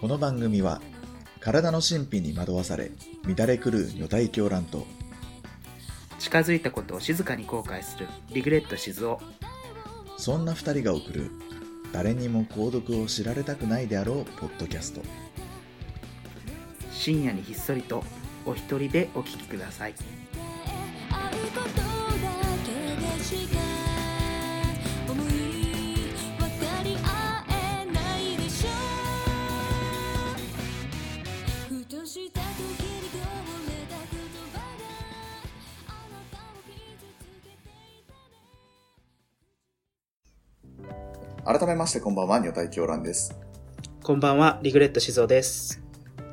この番組は体の神秘に惑わされ乱れ狂う女体狂乱と近づいたことを静かに後悔するリグレット静雄そんな2人が送る誰にも購読を知られたくないであろうポッドキャスト深夜にひっそりとお一人でお聞きください「会うことだけでしか思い分かり合えないでしょ」「ふとした時にこぼれた言葉があなたを傷つけていた」改めましてこんばんは女体狂乱ですこんばんはリグレット静雄です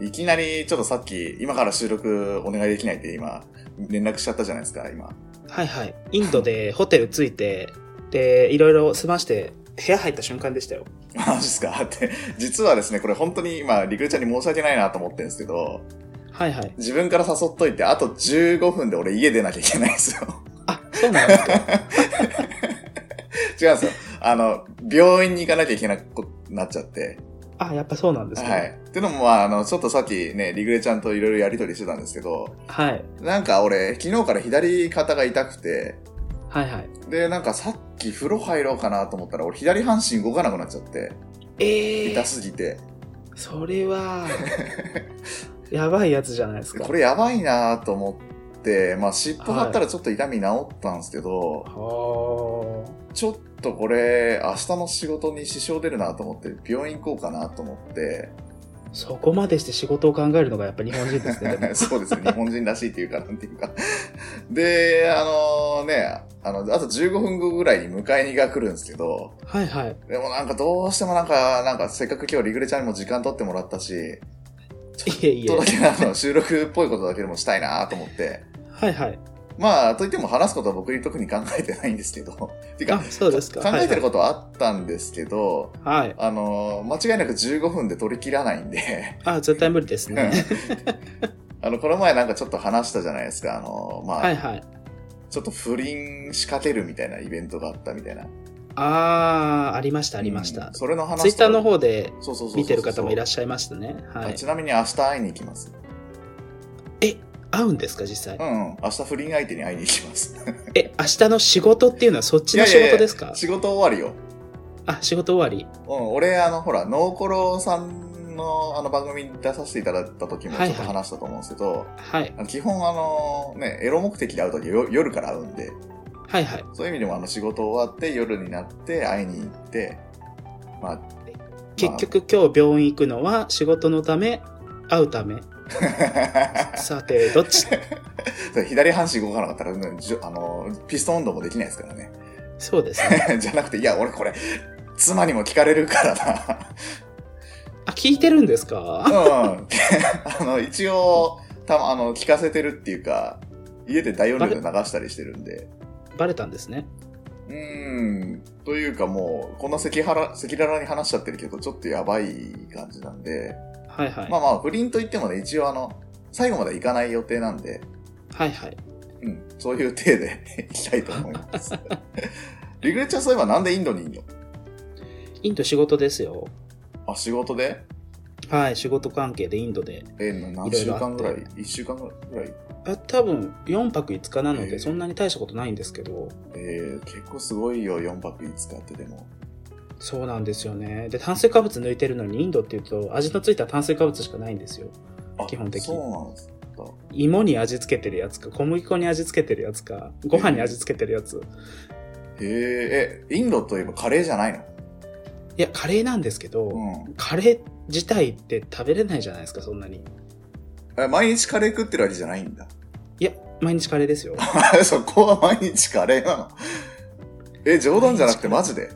いきなりちょっとさっき今から収録お願いできないって今連絡しちゃったじゃないですか今 はいはいインドでホテル着いてでいろいろ済まして部屋入った瞬間でしたよマジっすかって実はですねこれ本当に今リクルちゃんに申し訳ないなと思ってるんですけどはいはい自分から誘っといてあと15分で俺家出なきゃいけないんですよ あそうなんですか違うんですよ。あの、病院に行かなきゃいけなくなっちゃって。 あやっぱそうなんですねはい。ってのも、まあ、あの、ちょっとさっきね、リグレちゃんといろいろやりとりしてたんですけど、はいなんか俺、昨日から左肩が痛くて、はいはいで、なんかさっき風呂入ろうかなと思ったら、俺左半身動かなくなっちゃって、え痛すぎて。それ はやばいやつじゃないですかこれやばいなと思って、まあ、尻尾張ったらちょっと痛み治ったんですけど、はちょっとこれ、明日の仕事に支障出るなと思って、病院行こうかなと思って、あそこまでして仕事を考えるのがやっぱ日本人ですね でもそうですよ日本人らしいっていうか、なんていうか。で、あのね、あの、あと15分後ぐらいに迎えにが来るんですけど、はいはいでもなんかどうしてもなんか、なんかせっかく今日リグレちゃんにも時間取ってもらったし、いえいちょっとえだけあの収録っぽいことだけでもしたいなと思って。はいはいまあ、といっても話すことは僕に特に考えてないんですけ ど。ていうあか、そうですか考えてるこことはあったんですけど、とはい、はいあの間違いなく15分で取り切らないんで、 あ絶対無理ですねあの、この前なんかちょっと話したじゃないですか、あのまあ、はいはいちょっと不倫仕掛けるみたいなイベントがあったみたいな。ああありましたありました、うんそれの話。ツイッターの方でそうそうそうそうそう見てる方もいらっししゃいましたねはいちなみに明日会いに行きます。合うんですか実う際ん、うん。明日不倫相手に会いに行きます。え明日の仕事っていうのはそっちの仕事ですか仕事終わりよ。あ仕事終わりうん、俺、あの、ほら、ノーコロさんのあの番組に出させていただいた時もちょっとはいはい話したと思うんですけど、はいあの基本あの、ね、エロ目的で会う時よ夜から会うんで、はいはいそういう意味でもあの仕事終わって夜になって会いに行って、まあ、結局今日病院行くのは仕事のため会う ためさてどっちそれ左半身動かなかったら、うんじゅあの、ピストン運動もできないですからね。 そうですねじゃなくて、いや、俺これ、妻にも聞かれるからあ聞いてるんですかな。うん。 あの、一応、たま、あの、聞かせてるっていうか、家で大音量で流したりしてるんで。バレたんですねうーん。というかもう、こんな赤裸々赤裸々に話しちゃってるけど、ちょっとやばい感じなんで。はいはい、まあまあ、不倫といってもね、一応あの、最後まで行かない予定なんで、はいはいうん。そういう体で 行きたいと思い ます。リグレちゃんそういえばなんでインドにいんのインド仕事ですよあ、仕事ではい仕事関係でインドでえ、何週間ぐらい ?1 週間ぐらいあ多分4泊5日なのえでーそんなに大したことないんですけどえー、結構すごいよ、4泊5日ってでも。そうなんですよねで炭水化物抜いてるのにインドっていうと味のついた炭水化物しかないんですよあ基本的そうなんです。芋に味付けてるやつか小麦粉に味付けてるやつかご飯に味付けてるやへつえ、え、インドといえばカレーじゃないのいやカレーなんですけど、うん。カレー自体って食べれないじゃないですかそんなにえ、毎日カレー食ってるわけじゃないんだ。 いや毎日カレーですよ そこは毎日カレーなの。え、冗談じゃなくてマジで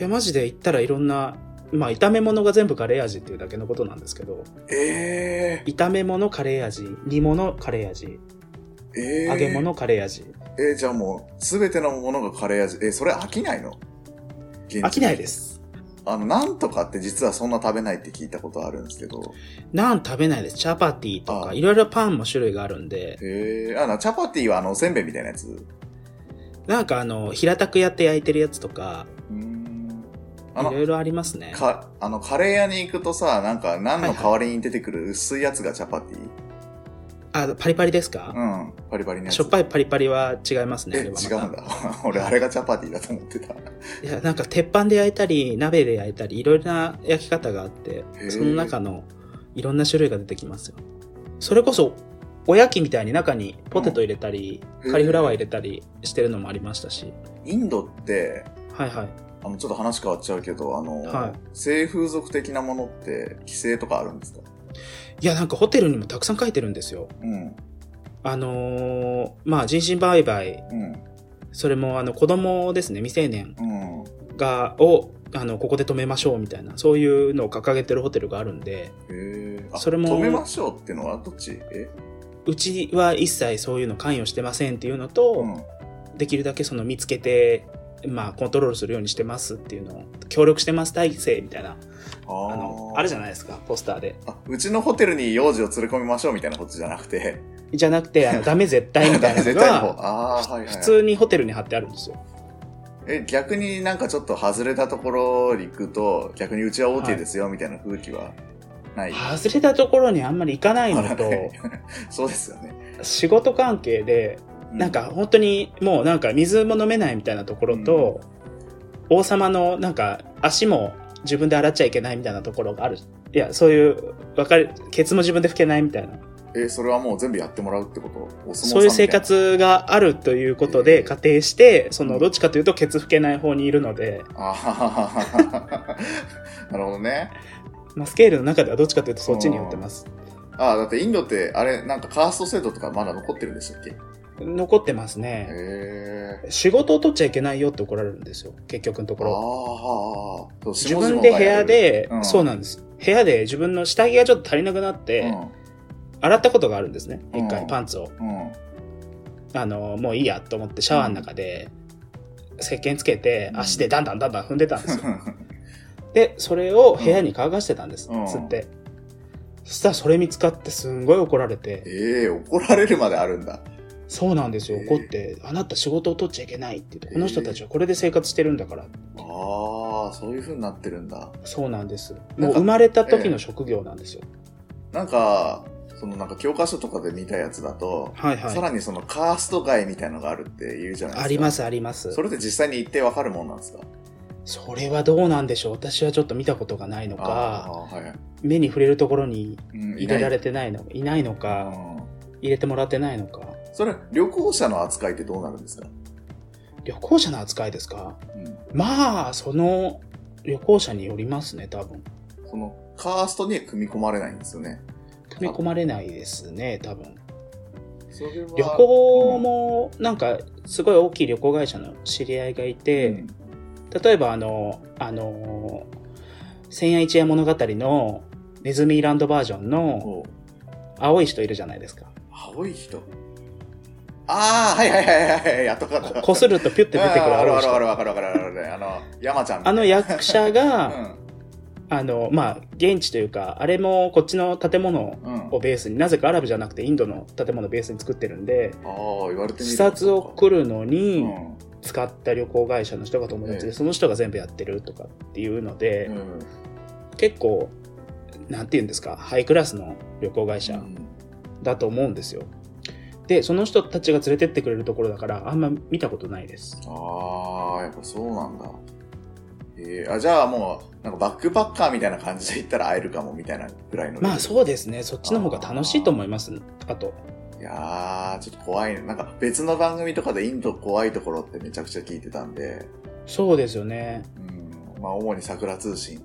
いやマジで言ったらいろんなまあ炒め物が全部カレー味っていうだけのことなんですけどえ炒め物カレー味煮物カレー味ー、えー、揚げ物カレー味えじゃあもう、すべてのものがカレー味。え、それ飽きないの飽きないす。ですあの、なんとかって実はそんな食べないって聞いたことあるんですけど。ナン食べないですチャパティとあかいろいろパンも種類があるんでへえー、あの、チャパティはあの、おせんべいみたいなやつ。うなんかあの平たくやって焼いてるやつとかーん。あいろの、いろありますね。か、あの、カレー屋に行くとさ、なんか、何はいのはい代わりに出てくる薄いやつがチャパティ、あ、パリパリですか、うん。パリパリのやつ。しょっぱいパリパリは違いますね。え、あ違れはまうたんだ。 俺、あれがチャパティだと思ってた。いや、なんか鉄板で焼いたり、鍋で焼いたり、いろいろな焼き方があってへー、その中のいろんな種類が出てきますよ。それこそ、おやきみたいに中にポテト入れたり、うんカリフラワー入れたりしてるのもありましたし。インドって、はいはい。あの、ちょっと話変わっちゃうけど、あの、はい性風俗的なものって、規制とかあるんですかいや、なんかホテルにもたくさん書いてるんですよ。うん。あのーまあ、人身売買、うん。それもあの子供ですね、未成年うん。が、を、あの、ここで止めましょうみたいな、そういうのを掲げてるホテルがあるんで、へえ。あそれも止めましょうってのはどっちえうちは一切そういうの関与してませんっていうのと、うん。できるだけその見つけて、まあ、コントロールするようにしてますっていうのを協力してます体制みたいなああのあるじゃないですかポスターでゃん。うちのホテルに幼児を連れ込みましょうみたいなことじゃなくて、じゃなく てあのダメ絶対みたいなの絶対の方。がああー、はいはいはい。普通にホテルに貼ってあるんですよえ、逆になんかちょっと外れたところに行くと、逆にうちは OK ですよみたいな風気はない。外れたところにあんまり行かないのあらとねそうですよね。仕事関係でうなん、か本当にもうなんか水も飲めないみたいなところと、王様のなんか足も自分で洗っちゃいけないみたいなところがあるいやそういうわかるケツも自分で拭けないみたいなえ、それはもう全部やってもらうってことお相撲さんそういう生みたな。活があるということえでー仮定して、そのうんどっちかというとケツ拭けない方にいるので、あははは はなるほどね。まあ、スケールの中ではどっちかというとそっちに寄ってます。ああ、だってインドって、あれ、なんかカースト制度とかまだ残ってるんでしたっけへ残ってますね。え。仕事を取っちゃいけないよって怒られるんですよ、結局のとこああろ。ああ、そう自分で部屋、で、うんそうなんです。部屋で自分の下着がちょっと足りなくなっ下々やて、る洗ったことがあるんですね、うん一回パンツを。うん、 うん。あの、もういいやと思ってシャワーの中で、石鹸つけてうん足でダンダンダンダン踏んでたんですよ。で、それを部屋に乾かしてたんです、うんつって。そしたらそれ見つかってすんごい怒られて、ええ怒られるまであるんだ。そうなんですよ、えー怒って、あなた仕事を取っちゃいけないって言って、えーこの人たちはこれで生活してるんだから、ああ、そういう風になってるんだ。そうなんです。なもんうか生まれた時の職業なんですよ。なんか、そのなんか教科書とかで見たやつだと、はいはさい。らにそのカースト外みたいのがあるって言うじゃないですか。。ありますすあります。それって実際に行ってわかるもんなんですかそれはどうなんでしょう私はちょっと見たことがないのあか、あ、はい。目に触れるところにうん入れらいれてないの、いないのないか、うん入れてもらってないのか。それ、旅行者の扱いってどうなるんですか旅行者の扱いですかうん。まあ、その旅行者によりますね、多分。その、カーストには組み込まれないんですよね。組み込まれないですね、多分。それは旅行も、なんか、すごい大きい旅行会社の知り合いがいて、うん例えばあの、あの、千夜一夜物語のネズミランドバージョンのこう青い人いるじゃないですか。青い人ああ、はいはいはいはい、やっと分かった。こするとピュッて出てくるああ青るあるいあ人。るわかるわかるわかるわかる。あの、山ちゃん。あの役者うが、ん。あの、まあ、現地というか、あれもこっちの建物うん。をベースに、なぜかアラブじゃなくてインドの建物をベースに作ってるんで、ああ、言われてみ視察を来るのうにん。使った旅行会社の人が友達ええで、その人が全部やってるとかっていうのでう、ん。結構、なんて言うんですか、ハイクラスの旅行会う社んだと思うんですよ。で、その人たちが連れてってくれるところだから、あんま見たことないです。ああ、やっぱそうなんだ。ええあ、じゃあもう、なんかバックパッカーみたいな感じで行ったら会えるかもみたいなぐらいの。まあそうですね、そっちの方が楽しいと思います。あと、いやー、ちょっと怖いね。なんか別の番組とかでインド怖いところってめちゃくちゃ聞いてたんで、そうですよね。うん、まあ主に桜通信。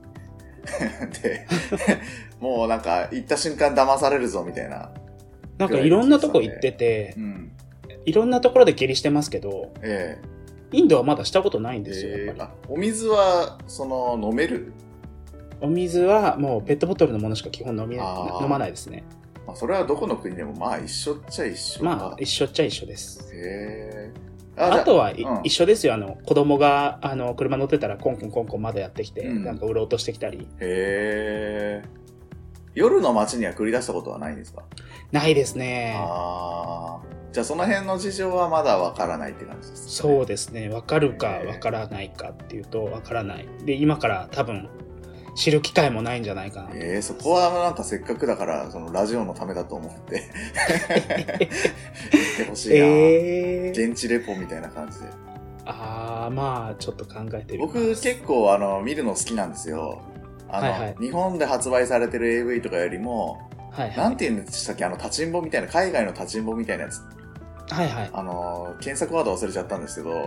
で、 もうなんか行った瞬間騙されるぞみたいな。なんかいろんなとこ行っててう、ん。いろんなところで下痢してますけど、ええインドはまだしたことないんですよ、えやえっぱり。あお水は、その、飲めるお水はもうペットボトルのものしか基本飲みあー飲まないですね。まあ、それはどこの国でも、まあ一緒っちゃ一緒か。まあ一緒っちゃ一緒です。ええあとは、いうん一緒ですよ。あの、子供が、あの、車乗ってたら、コンコンコンコンまだやってきて、うんなんか売ろうとしてきたり。へえ。夜の街には繰り出したことはないんですか、ないですね。ああ。じゃあその辺の事情はまだわからないって感じです。そうですね。わかるかわからないかっていうと、わからない。で、今から多分、知る機会もないんじゃないかな。えー、そこはあなたせっかくだから、そのラジオのためだと思って、 言ってほしいな、えー、現地レポみたいな感じで。あー、まあ、ちょっと考えてみます僕結構あの、見るの好きなんですよ。あの、はいはい日本で発売されてる AV とかよりも、はいはなんい。て言うんでしたっけあの、立ちんぼみたいな、海外の立ちんぼみたいなやつ。はいはい。あの、検索ワード忘れちゃったんですけど、は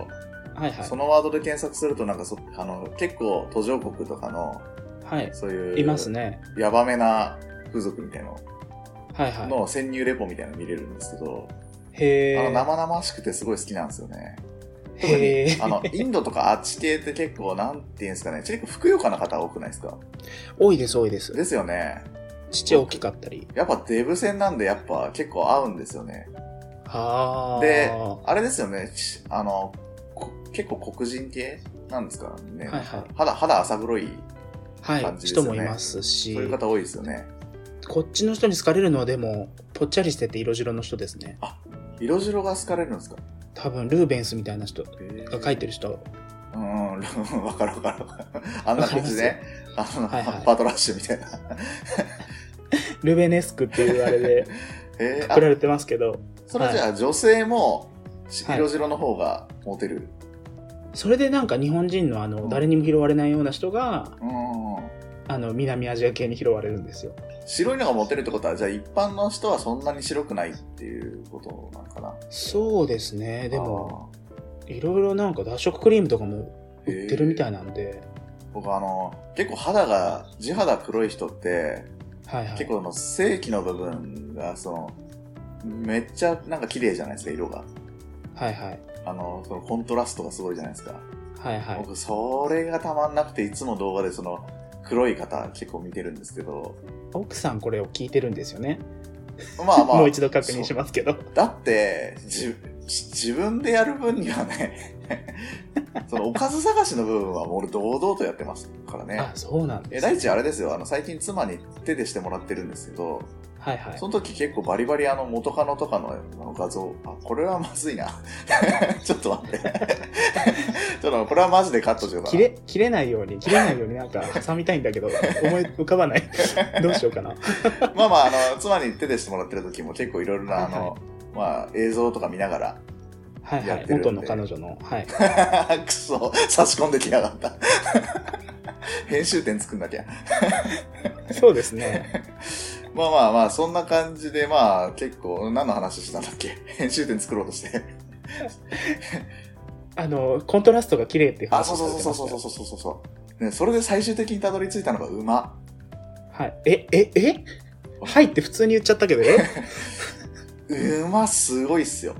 いはいそ。のワードで検索するとなんかそ、あの、結構途上国とかの、はい。そういう、いますね。ヤバめな風俗みたいなはいはの潜入レポみたいなの見れるんですけど、い。へあのえ。生々しくてすごい好きなんですよね。特へにえ。あ のインドとかあっち系って結構なんていうんですかね、結構ふくよかな方多くないですか多いです多いです。ですよね。父大きかったり。やっぱデブ戦なんでやっぱ結構合うんですよね。ああ。で、あれですよね、しあの、こ結構黒人系なんですかね。はいはい肌、肌浅黒い、は感い。じです人よねもいますそうしい、う方多いですよね。こっちの人に好かれるのはでも、ぽっちゃりしてて色白の人ですね。色白が好かれるんですか多分、ルーベンスみたいな人が書いてる人。うん、うん わかるわかるわかる。あんな感 じね。あの、はいはいパートラッシュみたいな。 ルベネスクっていうあ れでえー送られてますけど、あそれじゃあ女性もはい色白の方がモテる。それでなんか日本人のあうの、ん誰にも拾われないような人が、うん。あの、南アジア系に拾われるんですよ。白いのがモテるってことは、じゃあ一般の人はそんなに白くないっていうことなのかな。そうですね。でも、いろいろなんか脱色クリームとかもあー、売ってるみたい。いなんで、僕あの、結構肌が、地肌黒い人って、はいはい。結構あの正規の部分が、その、めっちゃなんか綺麗じゃないですか、色が。はいはい。あの、そのコントラストがすごいじゃないですか。はいはい。僕、それがたまんなくて、いつも動画でその、黒い方結構見てるんですけど、奥さんこれを聞いてるんですよね。まあまあ。もう一度確認しますけど。だって、じ、自分でやる分にはね、 そのおかず探しの部分はもう俺堂々とやってますからあね、。そうなんえ、です。第一あれですよ、あの、最近妻に手でしてもらってるんですけど、はいはいそ。の時結構バリバリあの元カノとかのあの画像、あ、これはまずいな。 ちょっと待って。 ちょっとこれはマジでカットしようか切な。れ、切れないように、切れないようになんか挟みたいんだけど、思い浮かば ない。どうしようかな。まあまあ、あの、妻に手でしてもらってる時も結構いろいろな、あの、まあ、映像とか見ながら、はいやはっい。てるんで元の彼女の。 はい。くそ、差し込んできやがった。 編集点作んなきゃ。そうですね。まあまあまあ、そんな感じで、まあ結構、何の話したんだっけ 編集点作ろうとして。あの、コントラストが綺麗っていうあ、話そをうそうそうそうそうそうそうそうそう。ね、それで最終的にたどり着いたのが馬。はい。え、え、えはいって普通に言っちゃったけど、 え馬すごいっすよ。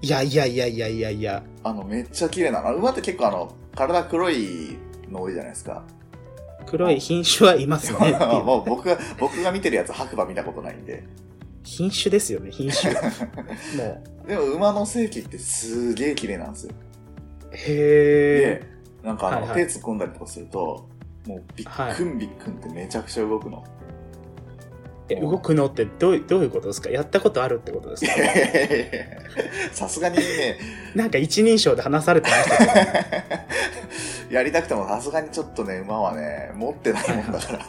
いやいやいやいやいやいや。あの、めっちゃ綺麗なの。馬って結構あの、体黒いの多いじゃないですか。黒い品種はいますねっていう。 もう僕が、僕が見てるやつ白馬見たことないんで。品種ですよね、品 種。もでも馬の正規ってすげえ綺麗なんですよ。う。へで、なんかあの、はいはい手突っ込んだりとかすると、もうビックンビックンってめちゃくちゃ動くの。 ーえ。動くのってどういどういうことですかやったことあるってことで すかさすがにね、なんか一人称で話されてましたけど。やりたくてもさすがにちょっとね、馬はね、持ってないもんだから。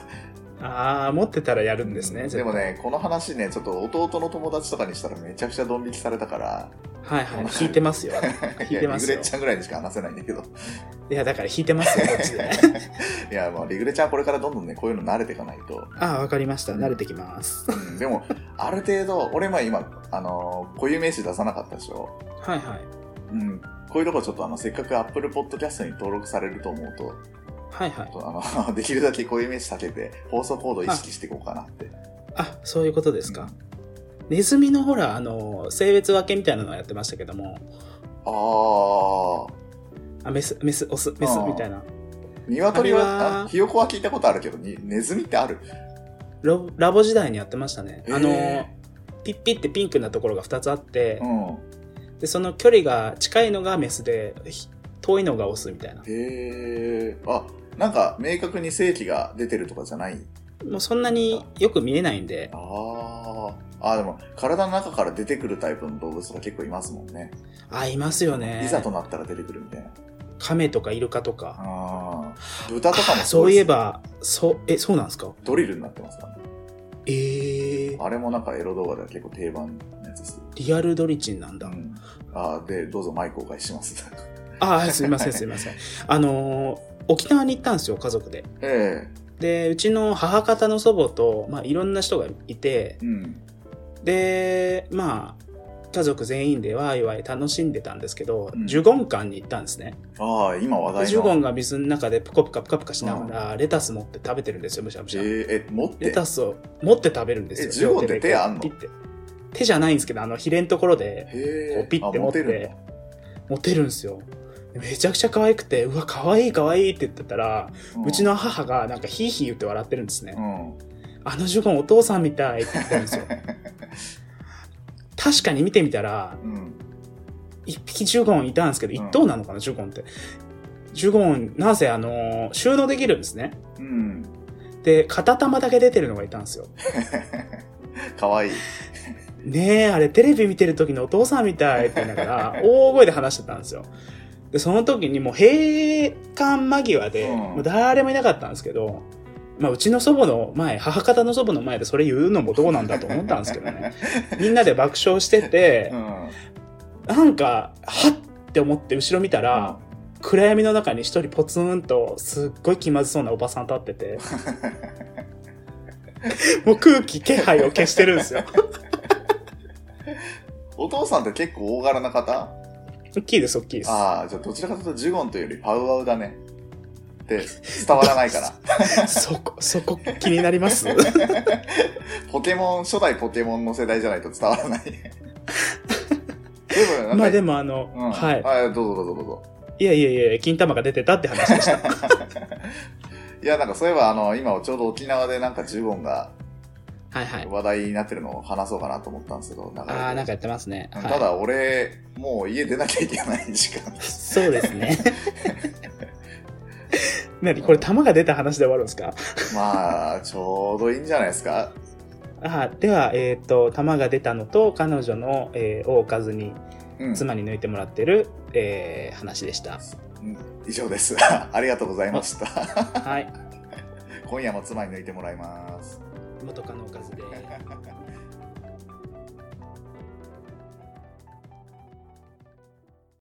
ああ、持ってたらやるんですね。で絶対も、ね、この話ね、ちょっと弟の友達とかにしたらめちゃくちゃドン引きされた から、はいはい、聞いてま すよ。聞いてや、まリグすレよ。ちゃんぐらいにしか話せないんだけど。いや、だから引いてますよ、こっ ちで。いや、もうリグレちゃんはこれからどんどんね、こういうの慣れていかないと。ああ、わかりました。慣れてきます。うんでも、ある程度、俺まあ今、あのー、固有名詞出さなかったでしょ。はいはい。うん。こういうとこちょっとあの、せっかく Apple Podcast に登録されると思うと、はいはい。あの、で きるだけ固有名詞避けて、放送コードを意識していこうかなって。あ、そういうことですか。ネズミのほら、あの、性別分けみたいなのはやってましたけども、ああ。あ、メス、メス、オス、メスあーみたいな。鶏は、あれはあひよこは聞いたことあるけど、にネズミってあるラボラボ時代にやってましたね。あのへ、ピッピってピンクなところが2つあってう、ん。で、その距離が近いのがメスで、ひ遠いのがオスみたいな。へえ。あ、なんか、明確に正規が出てるとかじゃないもうそんなによく見えないんで、ああ。あ、でも、体の中から出てくるタイプの動物が結構いますもんね。あ、いますよね。いざとなったら出てくるみたいな。亀とかイルカとか。ああ。豚とかもあそういえば。ば、そう、え、そうなんですかドリルになってますからね。ええあれもなんかエロ動画では結構定番のやつです。リアルドリチンなんだ。うん。あーで、どうぞマイクお返しし ます。ああ、すいません、すいません。あのー沖縄に行ったんですよ、家族で。えで、うちの母方の祖母と、まあ、いろんな人がいてえ、うん。で、まあ、家族全員でワイワイ楽しんでたんですけど、うんジュゴン館に行ったんですね。ああ、今話で題ジュゴンの。が水の中でプカプカプカプカしながら、レタス持って食べてるんですよ、むしゃむしえゃ。ー、え、持っレてタスを持って食べるんですよ。えジュゴンって手あんの両でこうピッて手じゃないんですけど、あの、ヒレのところで、へこうピッて持ってあるんだ持てるんですよ。めちゃくちゃ可愛くて、うわ、可愛い可愛いって言ってたら、んうちの母がなんかヒーヒー言って笑ってるんですね。うん。あのジュゴンお父さんみたいって言ってるんです よ。確かに見てみたら、うん。一匹ジュゴンいたんですけど、うん一頭なのかな、ジュゴンって。ジュゴン、なぜあの、収納できるんですね。うん。で、片玉だけ出てるのがいたんですよ。かわいい。ねえ、あれテレビ見てる時のお父さんみたいって言いなが ら、大声で話してたんですよ。で、その時にもう閉館間際で、うんもう誰もいなかったんですけど、まあ、うちの祖母の前、母方の祖母の前でそれ言うのもどうなんだと思ったんですけど ね。みんなで爆笑しててう、ん。なんか、はっって思って後ろ見たら、暗闇の中に一人ポツンと、すっごい気まずそうなおばさん立って て、もう空気気配を消してるん ですよ。お父さんって結構大柄な方大きいです、大きいです。ああ、じゃあどちらかというとジュゴンというよりパウアウだね。って伝わらない から。そこ、そこ気になります ポケモン、初代ポケモンの世代じゃないと伝わらな い。でも、なんか、まあでもあの、うん、はい。あどうぞどうぞどうぞ。いやいやいや、金玉が出てたって話でした。いや、なんかそういえば、あの、今ちょうど沖縄でなんかジュゴンが はいはい。話題になってるのを話そうかなと思ったんですけど、なんああ、なか、んかやってますね。はい、ただ俺、もう家出なきゃいけない時間。 そうです ね。なにこれ玉が出た話で終わるんですかまあ、ちょうどいいんじゃないですか。あーでは、えっ、と、玉が出たのと、彼女の、えー、をおかずに、うん。妻に抜いてもらってる、えー話でした。以上です。 ありがとうございました。はい。今夜も妻に抜いてもらいます。元カノおかずで。